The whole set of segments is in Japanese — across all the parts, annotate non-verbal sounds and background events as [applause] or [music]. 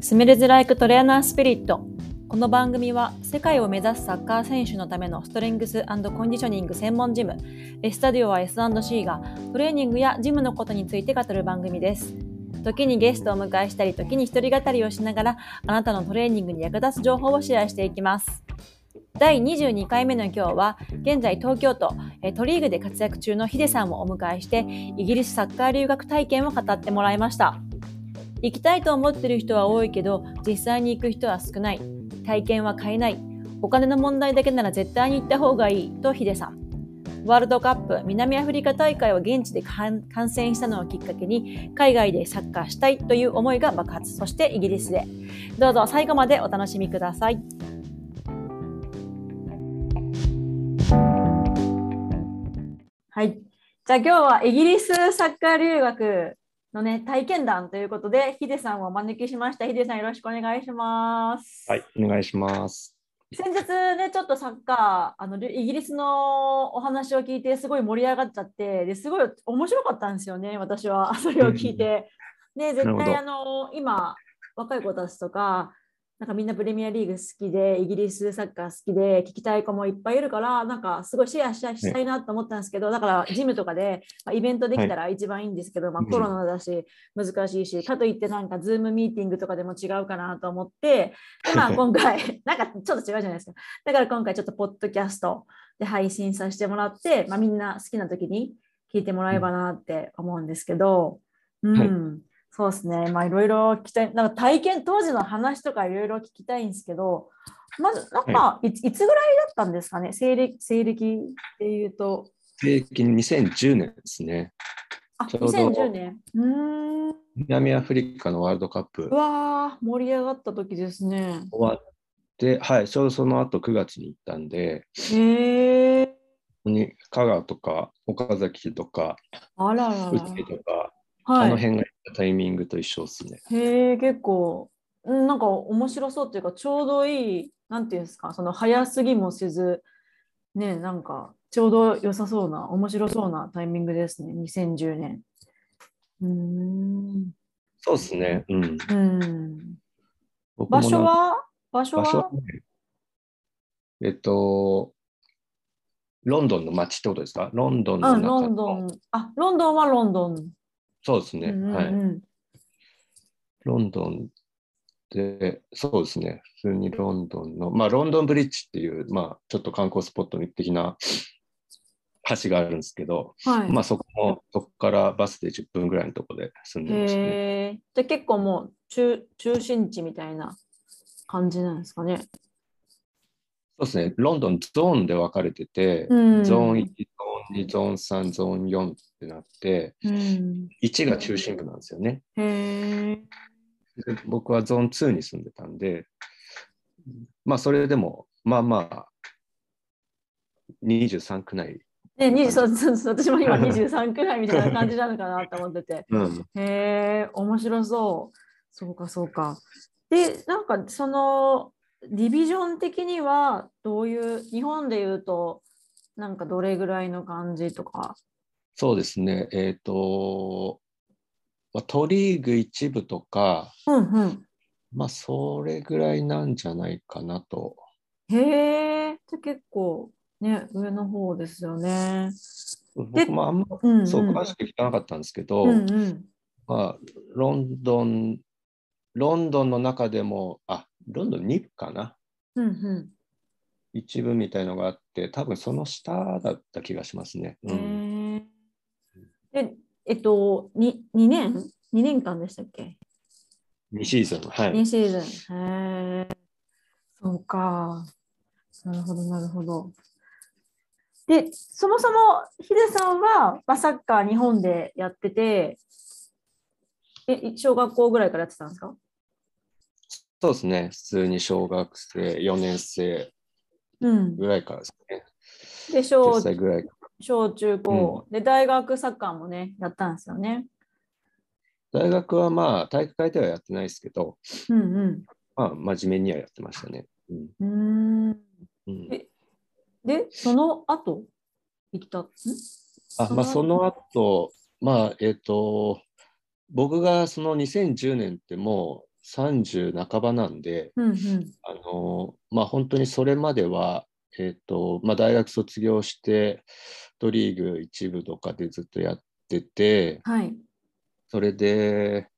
スメルズ・ライク・トレーナー・スピリット。この番組は世界を目指すサッカー選手のためのストレングスコンディショニング専門ジム、エスタディオは S&C がトレーニングやジムのことについて語る番組です。時にゲストをお迎えしたり、時に一人語りをしながら、あなたのトレーニングに役立つ情報をシェアしていきます。第22回目の今日は、現在東京都えトリーグで活躍中のヒデさんをお迎えして、イギリスサッカー留学体験を語ってもらいました。行きたいと思ってる人は多いけど実際に行く人は少ない体験は買えないお金の問題だけなら絶対に行った方がいいとヒデさんワールドカップ南アフリカ大会を現地で観観戦したのをきっかけに海外でサッカーしたいという思いが爆発そしてイギリスでどうぞ最後までお楽しみくださいはいじゃあ今日はイギリスサッカー留学のね体験談ということでヒデさんをお招きしましたヒデさんよろしくお願いしますはい、お願いします。先日ねちょっとサッカーあのルイギリスのお話を聞いてすごい盛り上がっちゃってですごい面白かったんですよね私は [laughs] それを聞いて。で絶なるほ対どあの今若い子たちとかなんかみんなプレミアリーグ好きでイギリスサッカー好きで聞きたい子もいっぱいいるからなんかすごいシェアしたしたいなと思ったんですけどだからジムとかで、まあ、イベントできたら一番いいんですけど、まあ、うんコロナだし難しいしかといってなんかズームミーティングとかでも違うかなと思ってで [laughs] まあ今回なんかちょっと違うじゃないですかだから今回ちょっとポッドキャストで配信させてもらって、まあ、みんな好きな時に聞いてもらえばなって思うんですけど、うんはいそうですねまあいろいろ聞きたいなんか体験当時の話とかいろいろ聞きたいんですけどまずなんかい,、いつぐらいだったんですかね西暦西暦でいうと平均2010年ですね。あちょうど2010年うーん南アフリカのワールドカップうわー盛り上がった時ですね終わって、はい、ちょうどその後9月に行ったんで、へえ本当に香川とか岡崎とかあららら宇治とか、はあいの辺が行ったタイミングと一緒ですね。へえ、結構、うんなんか面白そうっていうか、ちょうどいい、なんていうんですか、その早すぎもせず、ね、なんか、ちょうど良さそうな、面白そうなタイミングですね、2010年。うーん。そうですね。うん。うん。僕も場なん所は場所場所ははねえっと、ロンドンの街ってことですかロンドンのう中ん、のロンドン。あ、ロンドンはロンドン。そうですね。うんうんうんはい。ロンドンで、そうですね、普通にロンドンの、まあ、ロンドンブリッジっていう、まあ、ちょっと観光スポット的な橋があるんですけど、はい。まあ、そこも、そこからバスで10分ぐらいのところで住んでましたね。へえ。じゃあ結構もう中、中心地みたいな感じなんですかね。そうですね、ロンドンゾーンで分かれてて、うん。ゾーン1、ゾーン2、ゾーン3、ゾーン4ってなって、うん。 1が中心部なんですよね。へえ。で僕はゾーン2に住んでたんで、まあ、それでも、まあまあ、23区内ね、20そうそうそう私 [laughs] も今23くらいみたいな感じなのかなと思ってて。うん、へえ、面白そう。そうか、そうか。で、なんかそのディビジョン的にはどういう、日本で言うと、なんかどれぐらいの感じとか。そうですね、えっ、と、まあ、トリーグ一部とか、うんまあ、それぐらいなんじゃないかなと。うん。へえ、じゃあ結構ね、上の方ですよね。僕もあんまうん、うん。そう詳しく聞かなかったんですけど、うんうん。まあ、ロンドン、ロンドンの中でも、あロンドン2部かな、うんうん。一部みたいのがあって、多分その下だった気がしますね。うん、へえ。で、えっと、に2年 ?2 年間でしたっけ2シーズン、はい。 ?2 シーズン。へえ。そうか。なるほど、なるほど。で、そもそもヒデさんは、まあ、サッカー日本でやってて、え、い小学校ぐらいからやってたんですかそうですね、普通に小学生、4年生うん。ぐらいからですね、で、 10小歳ぐらい小中高、で、大学サッカーもね、やったんですよね。大学はまあ体育会ではやってないですけど、うんうんまあ、真面目にはやってましたね。うん。うーん。うんえで、その後行った。んあまあ、その後、まあえっ、と僕がその2010年っても30半ばなんで、うんうんあのまあ、本当にそれまでは、えーとまあ、大学卒業して、ドリーグ一部とかでずっとやってて、はい。それで、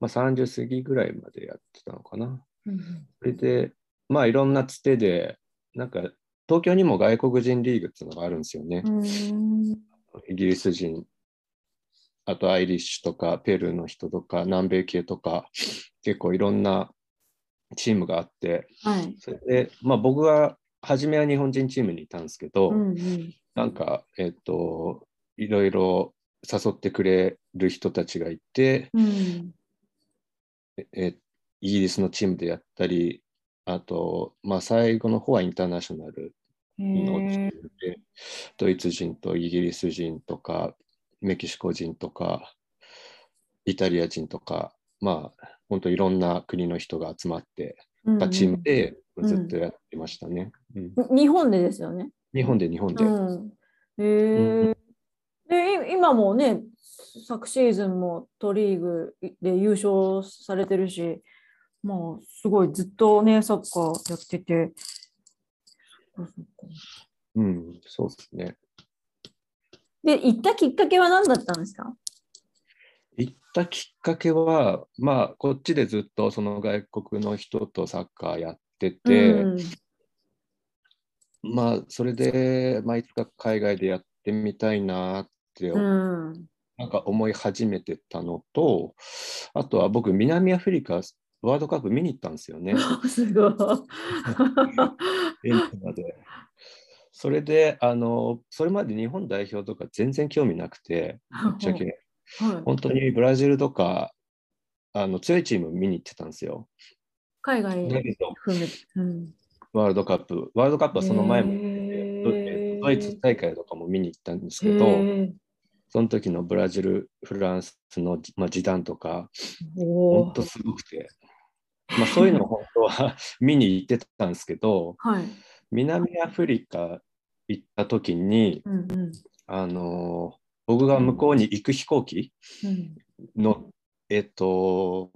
まあ、30過ぎぐらいまでやってたのかな。うんうんそれで、まあ、いろんなつてで、なんか、東京にも外国人リーグっていうのがあるんですよね。うーんイギリス人、あとアイリッシュとか、ペルーの人とか、南米系とか、結構いろんなチームがあって、はい。それで、まあ、僕は初めは日本人チームにいたんですけど、うんうんなんか、えっ、と、いろいろ誘ってくれる人たちがいて、うんえイギリスのチームでやったり、あと、まあ、最後の方はインターナショナルへのチームーで、ドイツ人とイギリス人とか、メキシコ人とか、イタリア人とか、まあ、本当いろんな国の人が集まって、うんうたんチームでんずっとやってましたね。うん日本でですよね。日本で日本で、うん、へえ。でい今もね昨シーズンもトリーグで優勝されてるしもうすごいずっとねサッカーやってて。そっかそっかうん、そうですね。で行ったきっかけは何だったんですか行ったきっかけは、まあ、こっちでずっとその外国の人とサッカーやってて、うんまあ、それで、まあ、いつか海外でやってみたいなって、うんなんか思い始めてたのと、あとは僕、南アフリカ、ワールドカップ見に行ったんですよ [laughs] ね。すごい。ベンチまで。それで、あの、それまで日本代表とか全然興味なくて、ぶっちゃけ、はい本当にブラジルとか、あの強いチーム見に行ってたんですよ。海だ外けど、含めて。うんワールドカップ、ワールドカップはその前も、へドえードイツ大会とかも見に行ったんですへけど、ーその時のブラジル、フランスの、まあ、時短とか、お本ー当すごくて、まあ、そういうのを本当は [laughs] 見に行ってたんですけど、はい。南アフリカ行った時に、うんうんあの僕が向こうに行く飛行機うんの、えっと、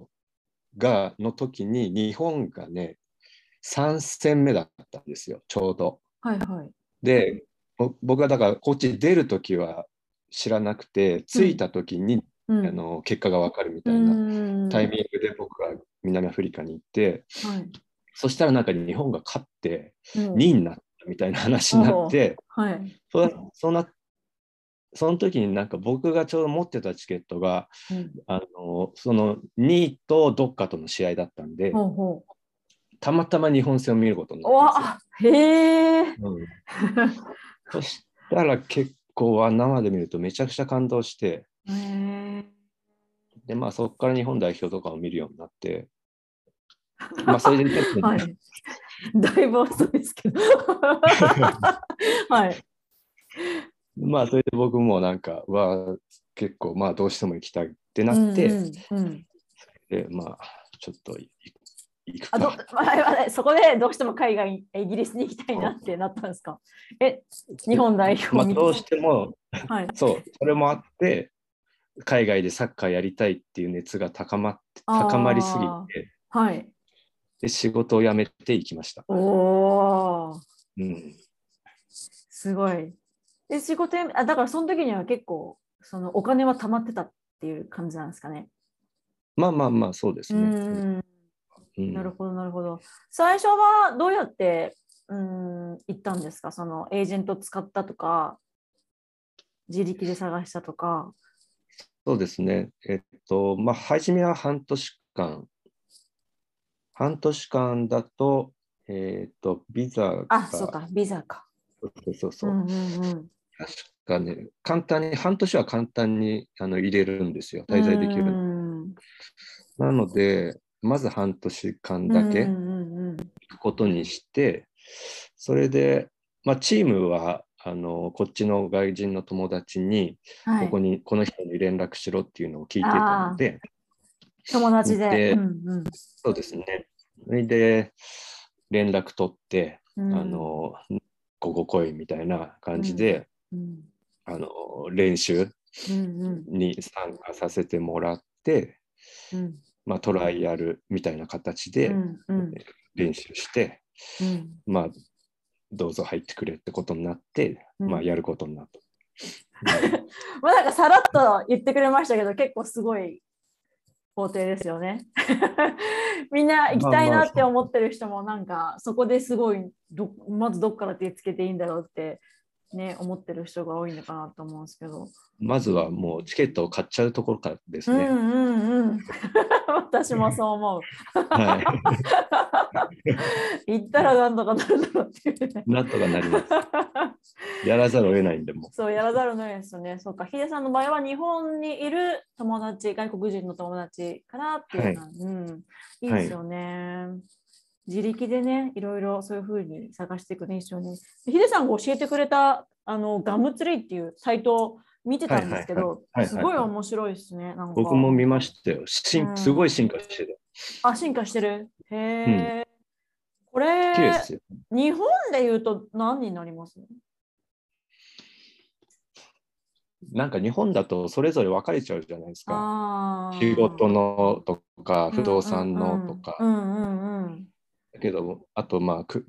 が、の時に、日本がね、3戦目だったんですよ、ちょうど。はいはい。で、ぼ僕がだから、こっち出る時は知らなくて、着いた時に、うんあの結果がわかるみたいなタタイミングで僕が南アフリカに行って、はいそしたらなんか日本が勝って、うん2位になったみたいな話になって、はい。そうそんなその時になんか僕がちょうど持ってたチケットが、うんあのその2位とどっかとの試合だったんで、ほうほたまたま日本戦を見ることにう。なうったんわあへえ。ですよ。うんそしたら結構は生で見るとめちゃくちゃ感動して、へえ。でまあ、そこから日本代表とかを見るようになって、まあ、それで [laughs] 結構、はい。 [laughs] だいぶ遅いですけど。 [laughs] はい。まあそれで僕もなんかは結構まあどうしても行きたいって [laughs] なって、うんうんうんでまあちょっとい行くあ [laughs] どか。あああそこでどうしても海外にイギリスに行きたいなってなったんですか。え日本代表まあ見どうしてもはい。そうそれもあって海外でサッカーやりたいっていう熱が高まって高まりすぎあてはい。で仕事を辞めて行きました。おお。うん、すごい。で仕事辞めあだからその時には結構そのお金は貯まってたっていう感じなんですかね。まあまあまあそうですうね。んうんなるほどなるほど。最初はどうやってうん行ったんですかそのエージェント使ったとか自力で探したとか。そうですね。えっと、まあ、初めは半年間。半年間だと、えっと、ビザが、あそうかビザか。そうそううそう。んうんうん。確かね、簡単に、半年は簡単にあの入れるんですよ、滞在できうる。んなので、まず半年間だけう行んうんうんくことにして、それで、まあ、チームはあのこっちの外人の友達に、はいここにこの人に連絡しろっていうのを聞いてたので、友達で。でうんそうですね。それで、連絡取って、うんうんあの、ここ来いみたいな感じで、うんあの練習うんうんに参加させてもらって、うんまあ、トライアルみたいな形でうんうん練習して、うんまあ、どうぞ入ってくれってことになって、うんまあ、やることになった。まあなんかさらっと言ってくれましたけど結構すごい工程ですよね。 [laughs] みんな行きたいなって思ってる人もなんかそこですごいどまずどっから手つけていいんだろうってね思ってる人が多いのかなと思うんですけど。まずはもうチケットを買っちゃうところからですうんね。うん [laughs] うん。私もそう思う。は行ったらなんとかなるだろうっていうねい。。 [laughs] なんとかなります。やらざるを得ないんで、もそうやらざるを得ないですよね。そうか、ヒデさんの場合は日本にいる友達、外国人の友達からっていうのは、うん、いいですよね。自力でね、いろいろそういうふうに探していくね、一緒に。ヒデさんが教えてくれたあのガムツリーっていうサイトを見てたんですけどはいはいはいはいはいは、いすごい面白いですね。なんか僕も見ましたよ。進すごい進化してた。あ、進化してる。へえ、これ、綺麗ですよ。日本で言うと何になりますなんか日本だとそれぞれ分かれちゃうじゃないですか。ああ。仕事のとか、不動産うんのうんとか。うんうんうん。だけど、あとまあ、く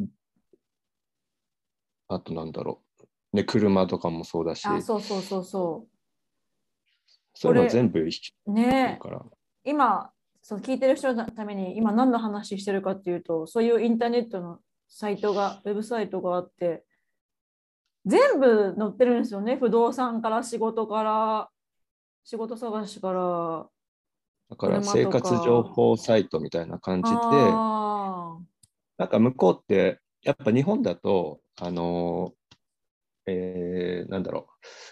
あとなんだろう。ね、車とかもそうだし、あ、そうそうそうそそうこいうのれ全部引きう。取るねえから。今、そう聞いてる人のために、今何の話してるかっていうと、そういうインターネットのサイトが、ウェブサイトがあって、全部載ってるんですよね。不動産から仕事から、仕事探しから。だから車と生か活情報サイトみたいな感じで、あなんか向こうって、やっぱ日本だと、あのーえーなんだろ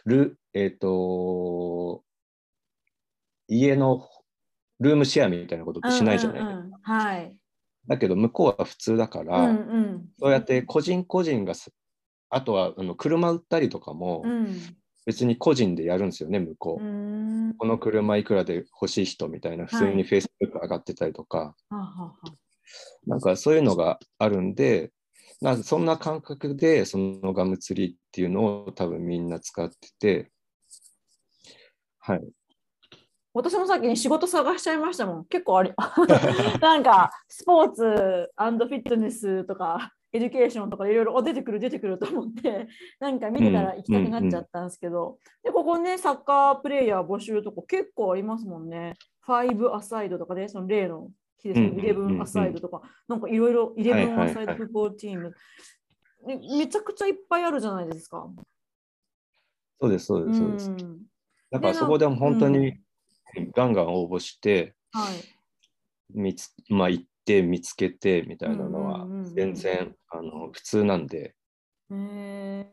う、ルえっ、と家のルームシェアみたいなことっあ。てしないじゃない、うんうんうんはい。だけど向こうは普通だから、うんうん。そうやって個人個人がす、あとはあの車売ったりとかもう、ん。別に個人でやるんですよね、向こうう。ん。この車いくらで欲しい人みたいな、普通に Facebook 上がってたりとか。はあはあはあなんかそういうのがあるんで、なんかそんな感覚で、そのガムツリーっていうのを多分みんな使ってて、はい。私もさっきに仕事探しちゃいましたもん。結構あ [laughs] り、なんかスポーツフィットネスとかエデュケーションとかいろいろお出てくる出てくると思って、なんか見てたら行きたくなっちゃったんですけど、でここね、サッカープレイヤー募集とか結構ありますもんね。5アサイドとかで、その例の日ですね、うんうんうんうん11アサイドとか、なんかいろいろ11アサはイいはいはドいフットチーム、ねめちゃくちゃいっぱいあるじゃないですか。そうです、そうです、そうです。んだからそこでも本当にガンガン応募して、はい見つまあ、行って見つけてみたいなのはうんうんうんうん、全然あの普通なんで、へ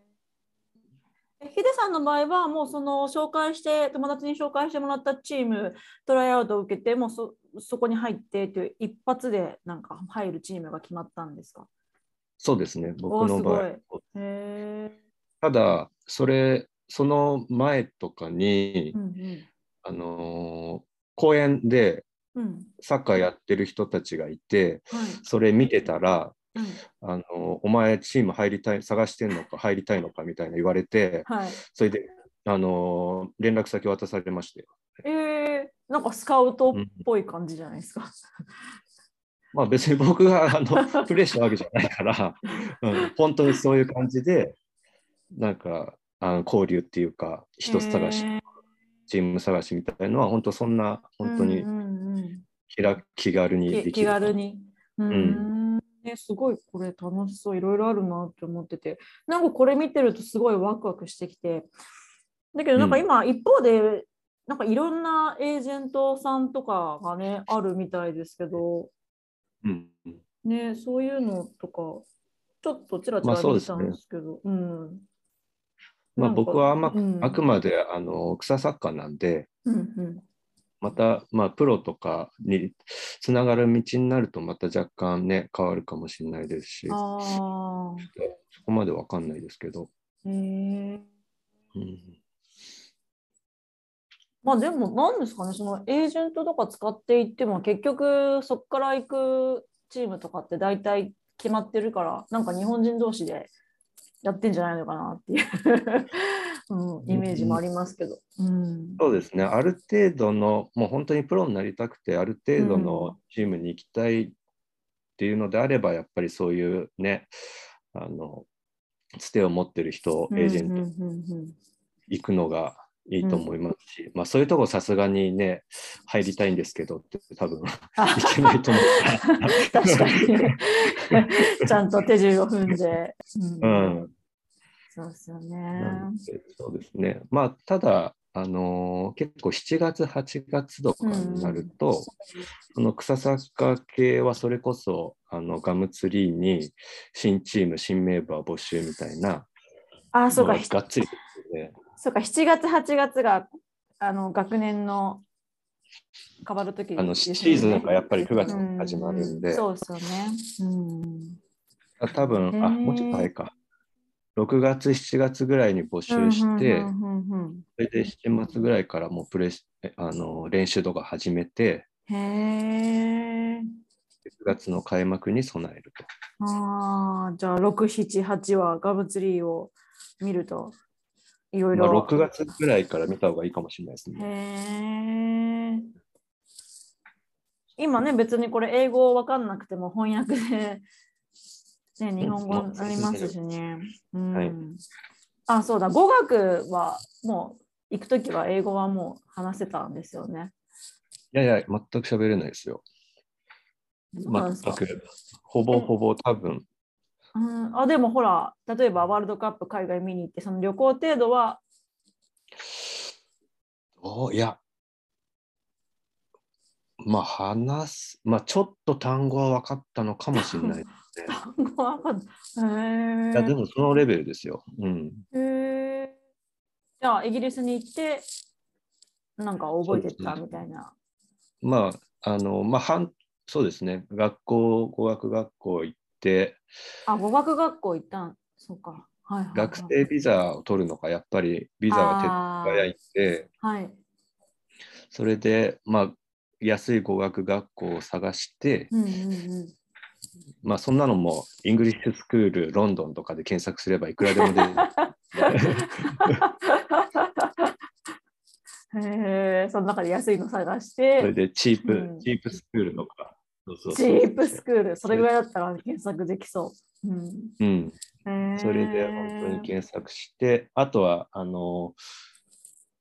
えヒデさんの場合はもうその紹介して友達に紹介してもらったチームトライアウトを受けてもうそそこに入ってという一発でなんか入るチームが決まったんですかそうですね、お僕ーすのご場い合へ。え、ただ、それ、その前とかに、うんうんあのー公園で、うんサッカーやってる人たちがいてはいそれ見てたらうんあの「お前チーム入りたい探してんのか入りたいのか」みたいな言われてはい、それであの連絡先渡されましてえー、なんかスカウトっぽい感じじゃないですか。まあ別に僕があのプレイしたわけじゃないから、うん、本当にそういう感じでなんかあの交流っていうか人探し、へーチーム探しみたいのは本当そんな本当にうんうんうん気楽気軽にでき気る気軽に。うーんんね、すごいこれ楽しそういろいろあるなって思っててなんかこれ見てるとすごいワクワクしてきてだけどなんかうん今一方で、なんかいろんなエージェントさんとかがねあるみたいですけどうん、ねそういうのとかちょっとちらちまらあそう見でてすたねんですけど、うんまあなんか僕はあ,、まうんあくまであの草サッカーなんで、うんうんまた、まあ、プロとかにつながる道になると、また若干ね、変わるかもしれないですし、そああこまでわかんないですけど、へえうん、まあでも何ですかねそのエージェントとか使っていっても結局そこから行くチームとかって大体決まってるからなんか日本人同士でやってんじゃないのかなっていう [laughs] うん、イメージもありますけど。うん。そうですね、ある程度の、もう本当にプロになりたくて、ある程度うのチームに行きたいっていうのであれば、やっぱりそういうね、あの、つてを持ってる人、エージェントにうんうんうんうん行くのがいいと思いますし、まあそういうとこさすがにね、入りたいんですけどって多分 [laughs] あいけないと [laughs] 思う。確か [laughs] に。ちゃんと手順を踏んで。ううん。そうですよねなん。でそうですね。まあ、ただ、あのー結構7月、8月とかになると、その草サッカー系はそれこそあのガムツリーに新チーム、新メンバー募集みたいな、あ、そうか、のががっつりですよね。そうか、7月、8月が、あの、学年の変わるときあのシーズンがやっぱり9月に始まるんでそうですよね。うん。あ多へ分ーあ、もうちょっと早いか。6月、7月ぐらいに募集しうて、んうんうんそれで7月ぐらいからもうプレーしえあの練習とか始めて、うんへえ。 9月の開幕に備えると。ああ、じゃあ、6、7、8はガムツリーを見ると、いろいまあ、ろ。 6月ぐらいから見た方がいいかもしれないですへね。え。今ね、別にこれ英語わかんなくても翻訳で、ね、日本語になりますしね。うんはいあ、そうだ、語学はもう行くときは英語はもう話せたんですよね。いやいや、全く喋れないですよ。そうなんです全かく。ほぼほぼ多分。うん、あでもほら、例えばワールドカップ海外見に行って、その旅行程度は、おいや。まあ話す、まあちょっと単語は分かったのかもしれ [laughs] ない。単語わかんない。いへやえでもそのレベルですよ。うん。 [laughs] へえ。じゃあ、イギリスに行って、なんか覚えてったみたいな。まあ、あの、まあ半、そうですね。学校、語学学校行って、あ、語学学校行ったん、そうか。はいはいはい、学生ビザを取るのか、やっぱりビザが手っ取り早いんで、はい。それで、まあ、安い語学学校を探して、うんうんうん。まあ、そんなのも、イングリッシュスクール、ロンドンとかで検索すればいくらでも [laughs] 出る。へえ、その中で安いの探しそれて、で、チープ、うんチープスクールとか。そうそうチープスクール、それぐらいだったら検索できそう。うんうん。へえそれで、本当に検索して、あとは、あの、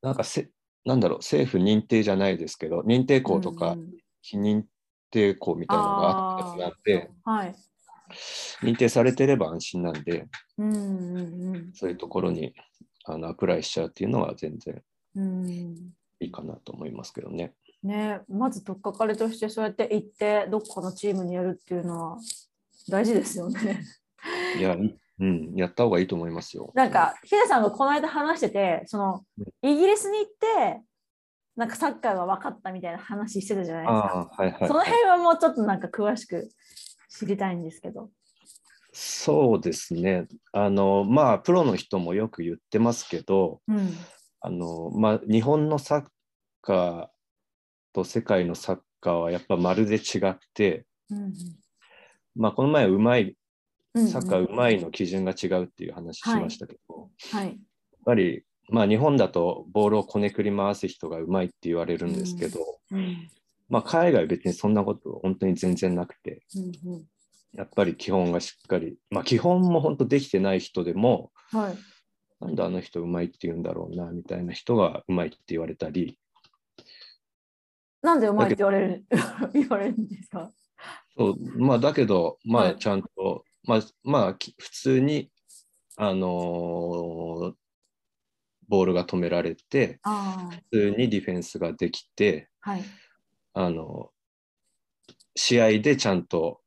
なんかせ、なんだろう、政府認定じゃないですけど、認定校とかうん、うん非認定校みたいなのがあったはずなんで、はい。認定されてれば安心なんで、うんうんそういうところにあのアプライしちゃうっていうのは全然うん。うんいいかなと思いますけどね。ね、まず取っかかりとしてそうやって行ってどっかのチームにやるっていうのは大事ですよね。いや、うん、やった方がいいと思いますよ。なんかヒデさんがこの間話しててそのイギリスに行ってなんかサッカーが分かったみたいな話してたじゃないですか。ああ、はいはい、その辺はもうちょっとなんか詳しく知りたいんですけど。そうですね。あの、まあ、プロの人もよく言ってますけど、うんあの、まあ、日本のサッカーと世界のサッカーはやっぱまるで違って、うんまあ、この前、うまい、うん、サッカーうまいの基準が違うっていう話しましたけど、はい、やっぱり、まあ、日本だとボールをこねくり回す人がうまいって言われるんですけど、うんまあ、海外は別にそんなこと本当に全然なくて、うんやっぱり基本がしっかり、まあ、基本も本当できてない人でも、うん、はいなんであの人うまいって言うんだろうなみたいな人がうまいって言われたり、なんでうまいって言われる [laughs] 言われるんですかそうまあ、だけど、まはあ、いちゃんと、まあまあ、き普通に、あのーボールが止められて、ああ普通にディフェンスができて、はいあの試合でちゃんと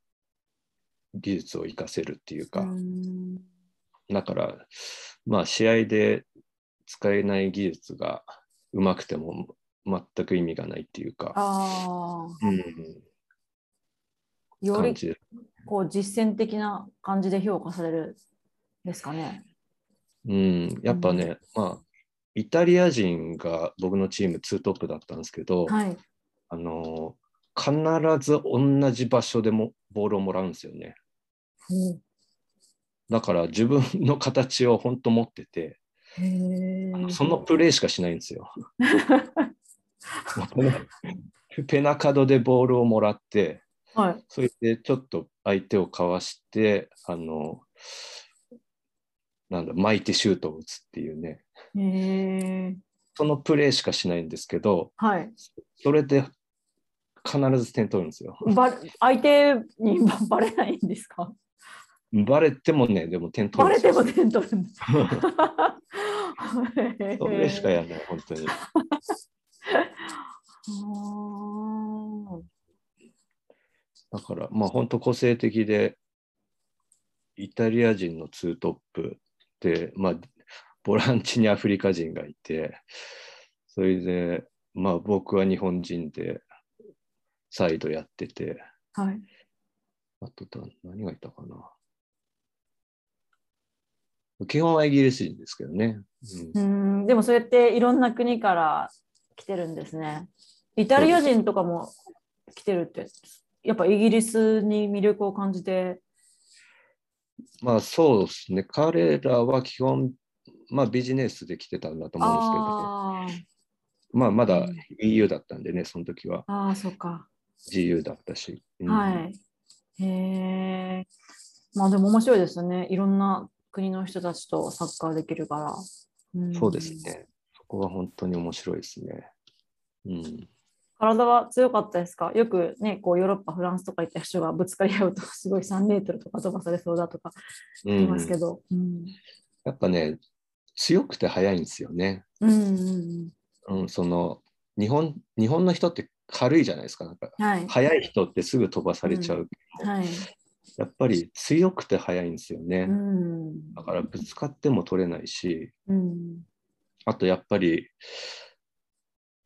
技術を活かせるっていうか。うんだから、まあ、試合で使えない技術がうまくても全く意味がないっていうか、ああうん、よ感りじでこう実践的な感じで評価されるんですかね。うん、やっぱね、まあ、イタリア人が僕のチーム2トップだったんですけど、はい。あの必ず同じ場所でもボールをもらうんですよね。だから自分の形を本当持ってて、へえあのそのプレーしかしないん [laughs] ですよ。ペナカドでボールをもらって、はい。それでちょっと相手をかわして、あの、なんだ、巻いてシュートを打つっていうね、へえそのプレーしかしないんですけど、はい。それで必ず点取るんですよ。ば相手にばばれないんですか。バレてもね、でも点取バるんレですてよ。も点取るんです。 [laughs] それしかやらない、本当に。あーだから、まあ本当個性的で、イタリア人のツートップで、まあ、ボランチにアフリカ人がいて、それで、まあ僕は日本人で、サイドやってて、はい。あとだ何がいたかな。基本はイギリス人ですけどね。うんうん。でもそうやっていろんな国から来てるんですね。イタリア人とかも来てるって、やっぱイギリスに魅力を感じて。まあそうですね。彼らは基本、まあビジネスで来てたんだと思うんですけど、あーまあまだうん EU だったんでね、その時はあー、そっか。自由だったし。うんはい。へえ。まあでも面白いですね。いろんな国の人たちとサッカーできるから。んそうです。ね。そこは本当に面白いですね。うん、体は強かったですかよくね、こうヨーロッパ、フランスとか行った人がぶつかり合うと、すごい3メートルとか飛ばされそうだとかう言いますけん、ど。うん。やっぱね、強くて早いんですよね。うんうんうん、その日本日本の人って軽いじゃないですか。なんかうん。はい。速い人ってすぐ飛ばされちゃう。はい。やっぱり強くて速いんですよね。うん。だからぶつかっても取れないし、うん。あとやっぱり、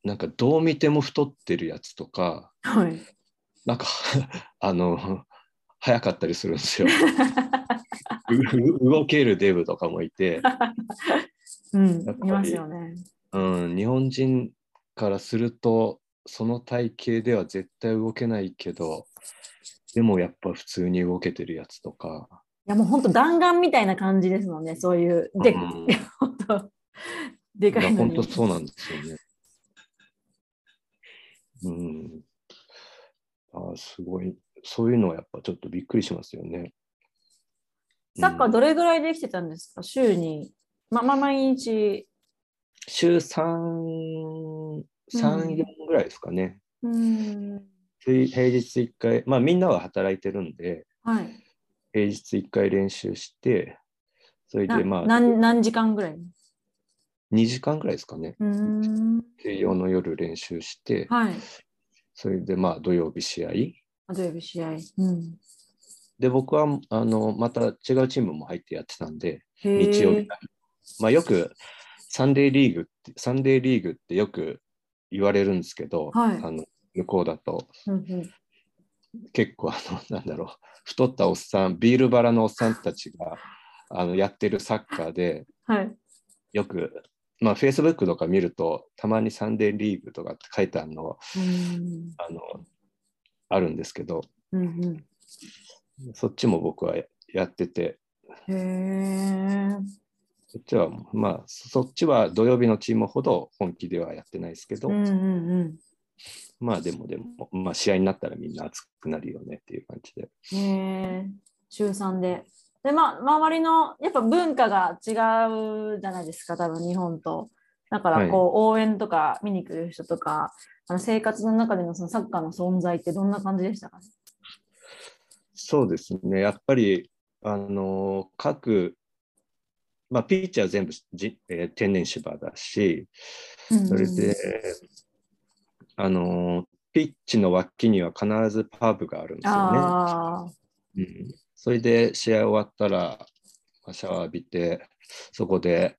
なんかどう見ても太ってるやつとか、はい。 [laughs] なんか [laughs] あの、速かったりするんですよ。う [laughs] う動けるデブとかも [laughs] いて、うんやっぱ。りいますよね。うん、日本人からすると、その体型では絶対動けないけど、でもやっぱ普通に動けてるやつとか、いやもう本当弾丸みたいな感じですもんね。そういう。で、うん本当でかいの本に。当そうなんですよね。うん。あーすごい。そういうのはやっぱちょっとびっくりしますよね。サッカーうんどれぐらいできてたんですか週に。ま、ま、毎日。週3、うん3、4ぐらいですかね。うん。つい平日1回、まあみんなは働いてるんで、はい。平日1回練習して、それなでまあ何何時間ぐらい2時間ぐらいですかね。うーん。水曜の夜練習して、はい。それでまあ土曜日試合。あ土曜日試合。うん。で、僕はあのまた違うチームも入ってやってたんで、へー日曜日。まあ、よくサンデーリーグって、サンデーリーグってよく言われるんですけど、はいあの向こうだとうんうん結構あの、 [laughs] なんだろう、太ったおっさん、ビールバラのおっさんたちがあのやってるサッカーで、はい。よく、まあ、Facebook とか見ると、たまにサンデーリーグとかって書いてあるの、うんあのあるんですけど、うんそっちも僕はやってて、うん。へえ。そっちは、まあ、そっちは土曜日のチームほど本気ではやってないですけど、うんうんうん。まあでもでも、まあ試合になったらみんな熱くなるよねっていう感じで。へー週3で。で、まあ、周りのやっぱ文化が違うじゃないですか、多分日本と。だからこう、応援とか見に来る人とか、あの生活の中でのそのサッカーの存在ってどんな感じでしたか、ね、そうですね、やっぱり、あの各、まあ、ピッチャー全部じ、えー天然芝だし、それで、あのピッチの脇には必ずパブがあるんですよああ、ね。うん、それで試合終わったら、まあシャワー浴びて、そこで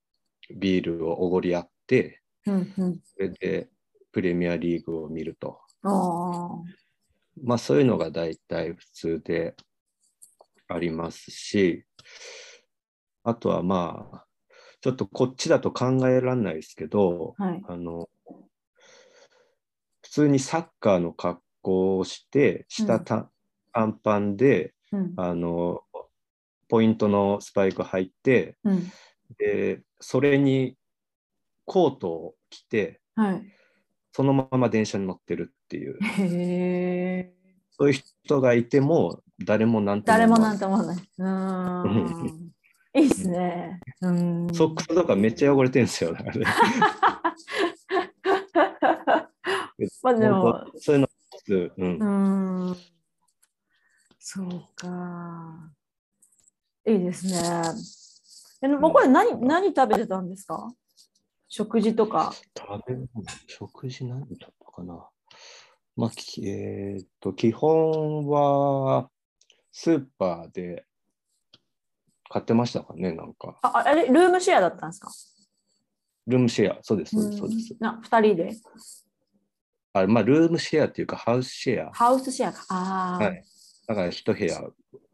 ビールをおごり合って、うんうん。それでプレミアリーグを見ると。あまあそういうのが大体普通でありますし、あとはまあ、ちょっとこっちだと考えられないですけど、あ、はい。あの、普通にサッカーの格好をして、下た、短パンで、うんあの、ポイントのスパイク履いて、うんで、それにコートを着て、はい。そのまま電車に乗ってるっていう、へえ。そういう人がいても、誰もなんて誰もなんて。て思わない。うー [laughs] ん。いいっすね。うーん。ソックスとかめっちゃ汚れてるんですよ。だからねまあでも本、当そういうの、うんうーん。そうか。いいですね。え、僕は何、何食べてたんですか食事とか。食べ物、食事何だったかな。まあ、きえーっと、基本はスーパーで買ってましたかね、なんか。あ、あれ、ルームシェアだったんですかルームシェア、そうです、そうです、そうです。んな、二人で。あまあ、ルームシェアっていうか、ハウスシェア。ハウスシェアか。ああ、はい。だから、一部屋、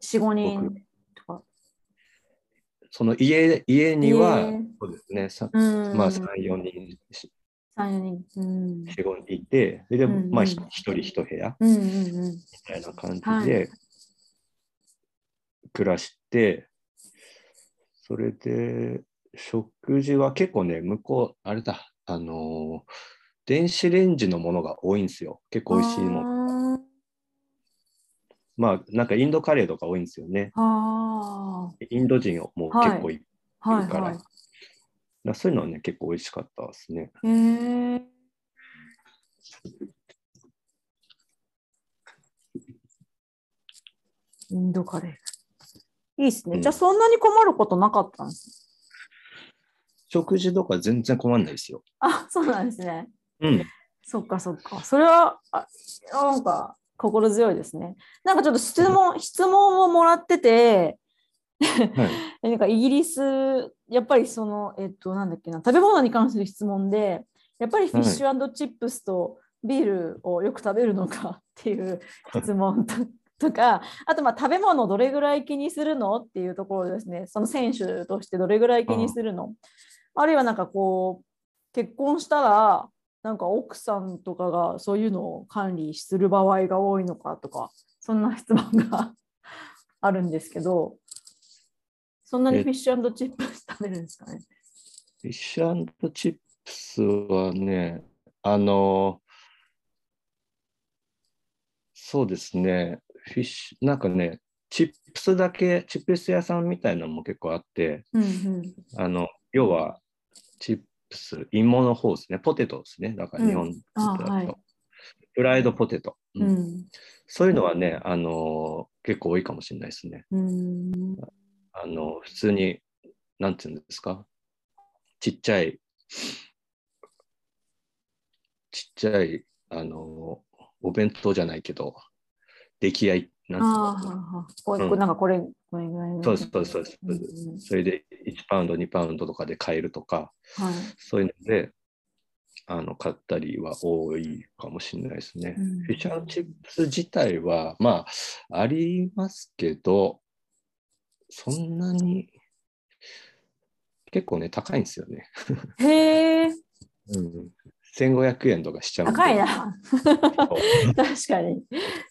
四五人とか。その家家には家、そうですね、さうん。まあ、3、4人、三四人。うん。 4、5人いて、で、でうんうんまあ、ひ一人一部屋うんうんうん。みたいな感はじいで暮らして、それで食事は結構ね、向こう、あれだ、あのー電子レンジのものが多いんですよ。結構美味しいもの。の。まあ、なんかインドカレーとか多いんですよね。あインド人もはい結構い、だかあ、はいいいからはい。らそういうのはね、結構美味しかったですね。へえインドカレー。いいですね。うんじゃあそんなに困ることなかったんです。食事とか全然困んないですよ。あ、そうなんですね。うん。そっかそっか。それは、あなんか心強いですね。なんかちょっと質問、質問をもらってて、は [laughs] い、えなんかイギリス、やっぱりその、えっと、なんだっけな、食べ物に関する質問で、やっぱりフィッシュチップスとビールをよく食べるのかっていう質問ととか、あとまあ食べ物どれぐらい気にするのっていうところですね、その選手としてどれぐらい気にするの、あるいはなんかこう、結婚したら、なんか奥さんとかがそういうのを管理する場合が多いのかとか、そんな質問が [laughs] あるんですけど、そんなにフィッシュチップス食べるんですかね。フィッシュチップスはね、あの、そうですね、フィッシュ、なんかね、チップスだけ、チップス屋さんみたいなのも結構あって、うんうんあの、要は、チップス、芋の方ですね、ポテトですね、だから日本だと、あはいフライドポテト、ううんんそういうのはね、あの、結構多いかもしれないですね。うんあの、普通に、なんていうんですか、ちっちゃい、ちっちゃい、あの、お弁当じゃないけど、出来合い、あーなんていうのかなはあこれうんこれなんかこれこれぐらいのそうです、そうです、そうです。うんうんそれで1パウンド、2パウンドとかで買えるとか、はいそういうので、あの、買ったりは多いかもしれないですね。うんフィッシュチップス自体は、まあ、ありますけど、そんなに、結構ね、高いんですよね。へえうん、1500円とかしちゃうんで高い。 [laughs] なそう確かに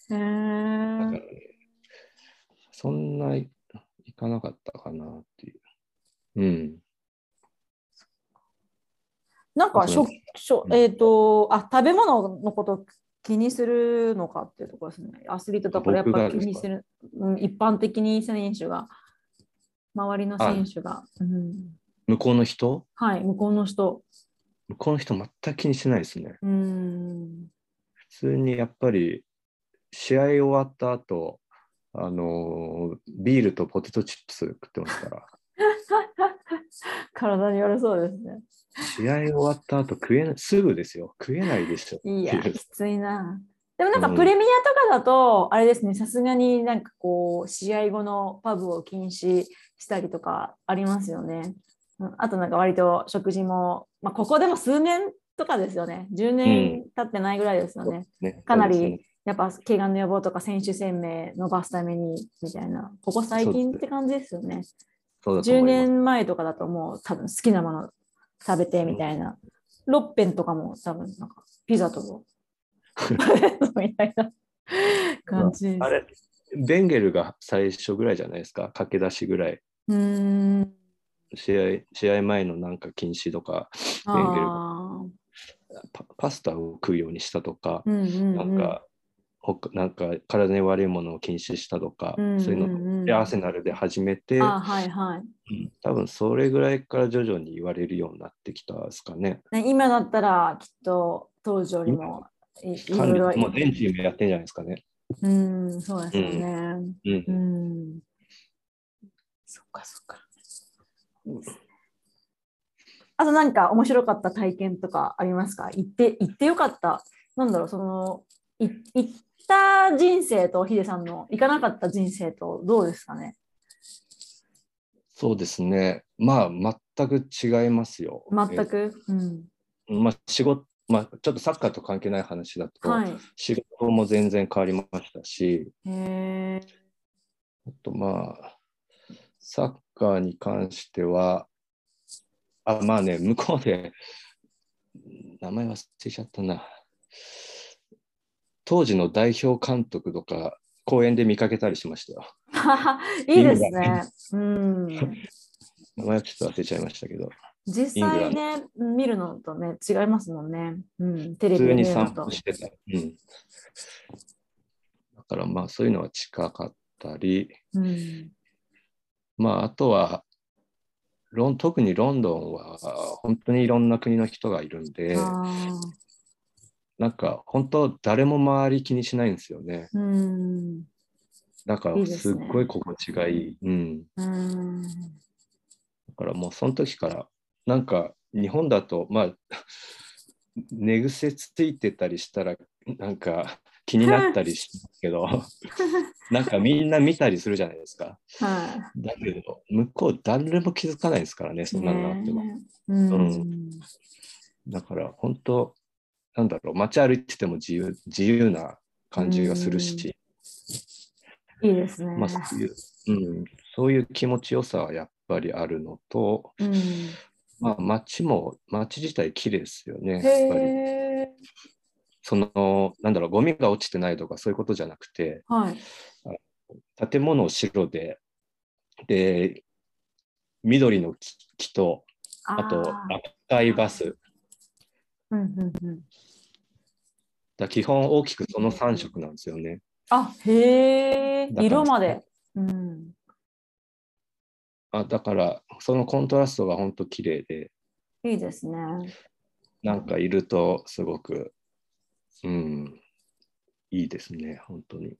へえそんないいかなかったかなっていう。うん。なんかそう食で食えっとあ食べ物のこと気にするのかっていうところですねアスリートだからやっ僕ぱが気ですかにするうん一般的に選手が周りの選手がうん向こうの人はい向こうの人向こうの人全く気にしないですね。うん普通にやっぱり試合終わった後、あのービールとポテトチップス食ってますから、体によるそうですね試合終わった後食えない、すぐですよ。食えないでしょ。いや、きついな。でもなんかうんプレミアとかだと、あれですね、さすがになんかこう、試合後のパブを禁止したりとかありますよね。うんあとなんか割と食事も、まあ、ここでも数年とかですよね。10年経ってないぐらいですよね。ねかなりそうですねやっぱ怪我の予防とか選手生命伸ばすためにみたいな、ここ最近って感じですよね。そうだと思10います年前とかだともう多分好きなもの食べてみたいな。ロッペンとかも多分なんかピザとかみたい [laughs] な感じです。あれ、ベンゲルが最初ぐらいじゃないですか、駆け出しぐらい。うーん。試合試合前のなんか禁止とかああパパスタを食うようにしたとか、うんうんなんかほかなんか体に悪いものを禁止したとか、うんうんうんそういうのでアーセナルで始めて、あはいはい、うん多分それぐらいから徐々に言われるようになってきたんですかね。ね、今だったらきっと当時よりもいい管理ろいもろう全チームやってんじゃないですかね。うんそうですよねう、うんん、そっかそっかいいですねあと何か面白かった体験とかありますか行って行ってよかったなんだろうそのい行った人生とヒデさんの行かなかった人生とどうですかねそうですね。まあ全く違いますよ。全く、うん、えまあ仕事まあ、ちょっとサッカーと関係ない話だと、はい仕事も全然変わりましたし、へえあとまあ、サッカーに関しては、あ、まあね、向こうで、名前忘れちゃったな。当時の代表監督とか、公園で見かけたりしましたよ。 [laughs] いいですね。 [laughs] うん、名前はちょっと忘れちゃいましたけど、実際ね、見るのとね、違いますもんね。うん、テレ普ビ通で見にるの散と歩。してた。うん。だからまあ、そういうのは近かったり、うん、まあ、あとは、ロン特にロンドンは本当にいろんな国の人がいるんで、あなんか本当誰も周り気にしないんですよね。ーうん、だかいいでらすっねごい心地がいい。うん。うん、だからもうその時からなんか日本だとまあ寝癖ついてたりしたらなんか気になったりしますけ [laughs] どなんかみんな見たりするじゃないですか。はだけど向こう誰も気づかないですからねい。そんなのあっても。ねうん、うだから本当なんだろう街歩いてても自由自由な感じがするし。いいですね。まあ、そういう、うん、そういう気持ちよさはやっぱりあるのと、うん、まあ、街も、街自体綺麗ですよね、やっぱり。へえ、その、なんだろう、ゴミが落ちてないとか、そういうことじゃなくて、はい。建物を白で、で、緑の木木と、あとー赤いバス、うんうんうん、だ基本大きくその3色なんですよね。あ、へえだ、から色まで。うん、あだから、そのコントラストが本当綺麗で、いいですね。なんかいるとすごく、うん、いいですね、本当に。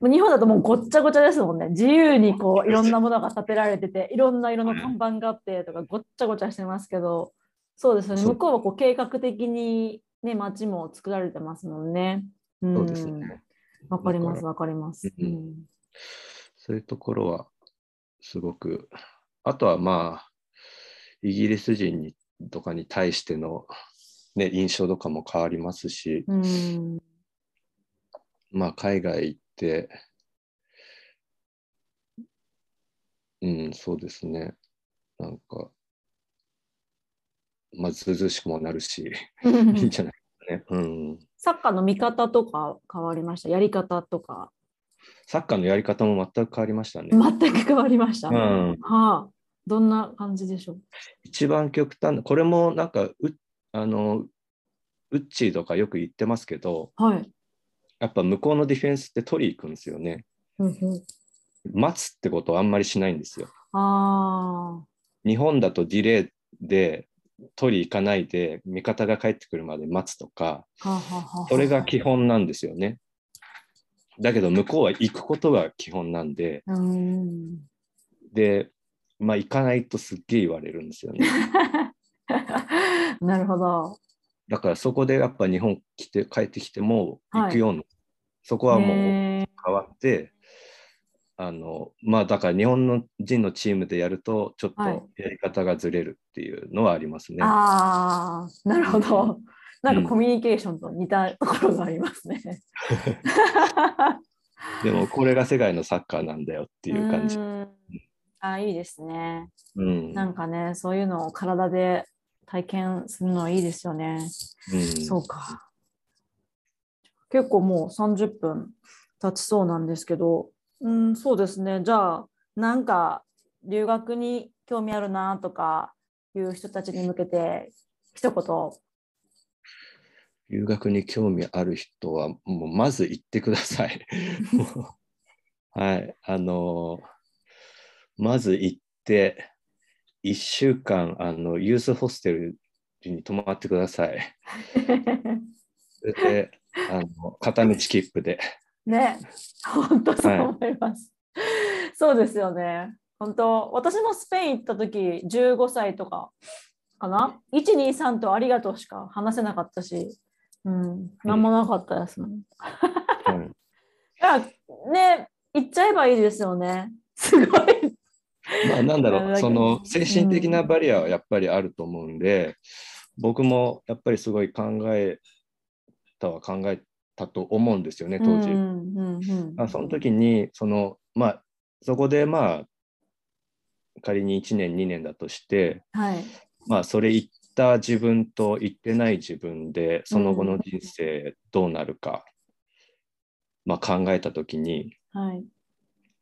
もう日本だともうごっちゃごちゃですもんね。自由にこういろんなものが建てられてて、いろんな色の看板があってとかごっちゃごちゃしてますけど、そうですよね。そう向こうはこう計画的にね、街も作られてますもんね。うんそうですね。わかります、だわかります。うんうんそういうところはすごく、あとはまあ、イギリス人にとかに対しての、ね、印象とかも変わりますし、うん。まあ、海外行って、うん、そうですね。なんか、まあ、ずうずうしくもなるし、 [laughs] いいんじゃないですかね。うん。サッカーの見方とか変わりました。やり方とか。サッカーのやり方も全く変わりましたね。全く変わりました。うはん。あ。どんな感じでしょう一番極端なこれもなんかうあのウッチーとかよく言ってますけどはい。やっぱ向こうのディフェンスって取り行くんですよねうんうん待つってことはあんまりしないんですよあ日本だとディレイで取り行かないで味方が帰ってくるまで待つとかあ。はあはあはあそれが基本なんですよねだけど向こうは行くことが基本なんでうん。 [laughs] でまあ行かないとすっげえ言われるんですよねなるほど。だからそこでやっぱ日本来て帰ってきても行くような、そこはもうへー変わって、あのまあだから日本の人のチームでやるとちょっとはいやり方がずれるっていうのはありますね。ああ、なるほど。なんうんかコミュニケーションと似たところがあります [laughs] ね。でもこれが世界のサッカーなんだよっていう感じ。ーんあいいですね。うんなんかね、そういうのを体で体験するのはいいですよね。うんそうか。結構もう30分経ちそうなんですけど、うん、そうですね。じゃあ、なんか留学に興味あるなとかいう人たちに向けて一言留学に興味ある人は、もうまず行ってくださ [laughs] い。もうはい、あのまず行って、1週間あの、ユースホステルに泊まってください。それであの片道切符で。ね、本当そう思います。そうですよね。本当、私もスペイン行った時、15歳とかかな ?1、2、3とありがとうしか話せなかったし、うん、なんもなかったですもん。うんだからね、行っちゃえばいいですよね。すごい。まあ、なんなだろるう、ほどその精神的なバリアはやっぱりあると思うんで、僕もやっぱりすごい考えたは考えたと思うんですよね、当時。うんうんうんまあ、その時にその、まあ、そこでまあ仮に1年2年だとして、はい。まあ、それ行った自分と行ってない自分でその後の人生どうなるか、まあ、考えた時に、はい。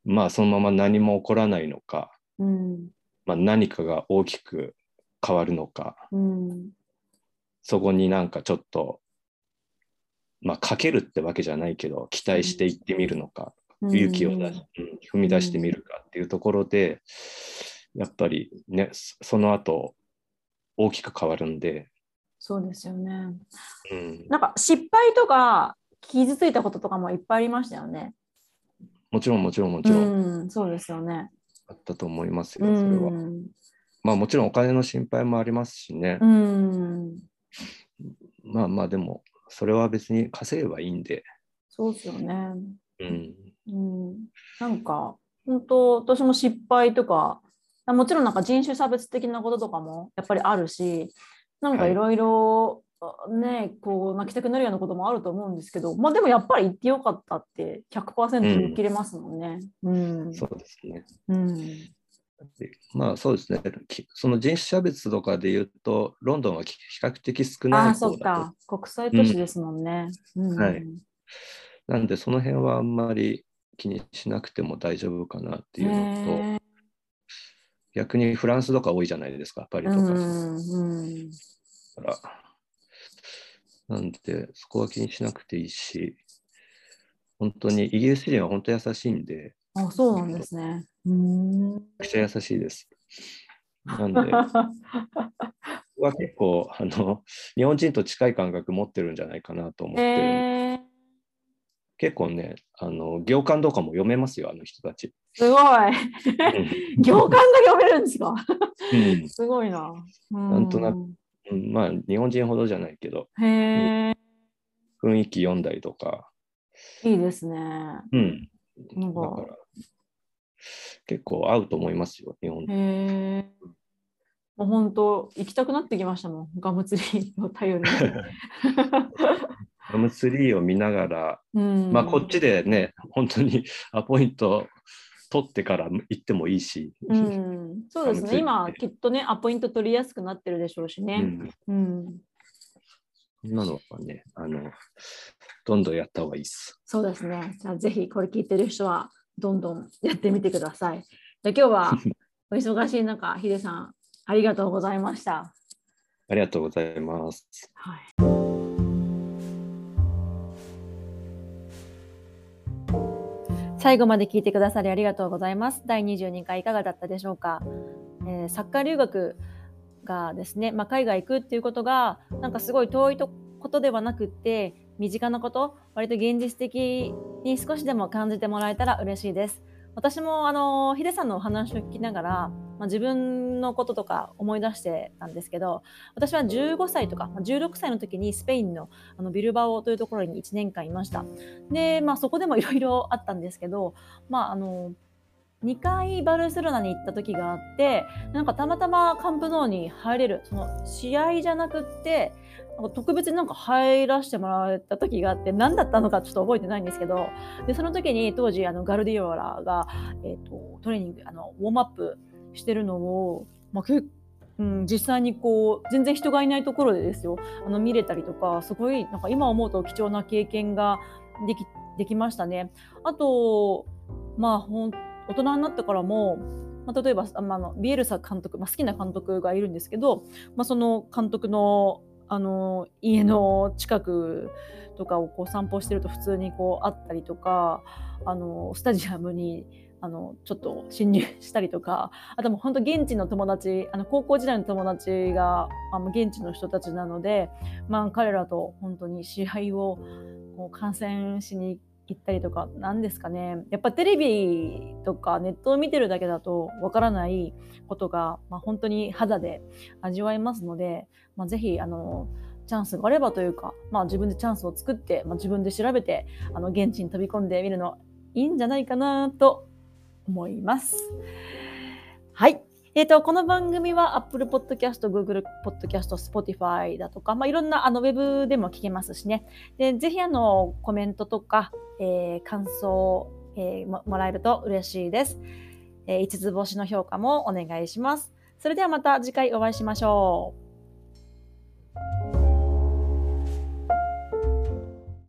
まあ、そのまま何も起こらないのか、うん。まあ、何かが大きく変わるのかうん。そこになんかちょっと。まあ、かけるってわけじゃないけど期待して行ってみるのか、勇気を出し、うん踏み出してみるかっていうところで、やっぱりね、そその後大きく変わるんで、そうですよね。うん、なんか失敗とか傷ついたこととかもいっぱいありましたよね。もちろんもちろんもちうろんん、そうですよね。あったと思いますうよ、それは。ん、まあもちろんお金の心配もありますしねう、ん、まあまあでも、それは別に稼げばいいんで、そうですよね。うん、うん、なんか本当私も失敗とかもちろんなんか人種差別的なこととかもやっぱりあるしなんかはいいろいろねこう泣きたくなるようなこともあると思うんですけど、まあ、でもやっぱり行ってよかったって100%言い切れますもんね。うん、そうですね。うんでまあそうですね、きその人種差別とかで言うと、ロンドンはき比較的少あなあい方そっだとか国際都市ですもんね。うんはいなんで、その辺はあんまり気にしなくても大丈夫かなっていうのと、へえ逆にフランスとか多いじゃないですか、パリうとか。んうんからなんで、そこは気にしなくていいし、本当に、イギリス人は本当優しいんで、あそうなんですね。うーん。めちゃくちゃ優しいです。なん [laughs] で、僕は結構あの、日本人と近い感覚持ってるんじゃないかなと思っえてるんで、ー、結構ねあの、行間とかも読めますよ、あの人 [laughs] たち。すごい。う行間が読めるんですかんうんすごいな。ななんとなうんまあ、日本人ほどじゃないけど、へえ、雰囲気読んだりとか、いいですね。うん、なだんか、から結構合うと思いますよ、日本へえ。もう本当、行きたくなってきましたもん。ガムツリーを頼 [laughs] りガムツリーを見ながら、に。うん、まあこっちでね、本当に [laughs] アポイント取ってから行ってもいいし、うん、そうですガムね。ツリー今、きっとね、アポイント取りやすくなってるでしょうしうね。ん、うん。そんなのはねあの、どんどんやった方がいいです。そうですね。じゃあ、ぜひこれ聞いてる人は、どんどんやってみてください。じゃあ、今日 [laughs] はお忙しい中、ヒデさん、ありがとうございました。ありがとうございます。はい。最後まで聞いてくださりありがとうございます。第22回いかがだったでしょうか。えーサッカー留学がですね、まあ、海外行くっていうことがなんかすごい遠いとことではなくって身近なこと割と現実的に少しでも感じてもらえたら嬉しいです。私もあのヒデさんのお話を聞きながら、まあ、自分のこととか思い出してたんですけど私は15歳とかまあ16歳の時にスペインのあのビルバオというところに1年間いました。で、まあ、そこでもいろいろあったんですけど、まあ、あの2回バルセロナに行った時があってなんかたまたまカンプノーに入れるその試合じゃなくってなんか特別になんか入らせてもらった時があって何だったのかちょっと覚えてないんですけどでその時に当時あのガルディオラが、えー、とトレーニングあのウォームアップしてるのを、まあ結うん、実際にこう全然人がいないところでですよあの見れたりとかすごいなんか今思うと貴重な経験ができできましたね。あとまあほん大人になってからもまあ、例えばあまああのビエルサ監督、まあ、好きな監督がいるんですけど、まあ、その監督のあの家の近くとかをこう散歩してると普通にこうあったりとかあのスタジアムにあのちょっと侵入したりとかあともう本当現地の友達あの高校時代の友達があの現地の人たちなので、まあ、彼らと本当に試合をこう観戦しに行ったりとかなんですかねやっぱテレビとかネットを見てるだけだとわからないことが、まあ、本当に肌で味わえますので、まあ、ぜひあのチャンスがあればというか、まあ、自分でチャンスを作って、まあ、自分で調べてあの現地に飛び込んでみるのいいんじゃないかなと思います。はい。えっ、ー、と、この番組は Apple Podcast、Google Podcast、Spotify だとか、まあ、いろんなあのウェブでも聞けますしね。でぜひあのコメントとか、えー、感想、えー、ももらえると嬉しいです、えー。5つ星の評価もお願いします。それではまた次回お会いしましょう。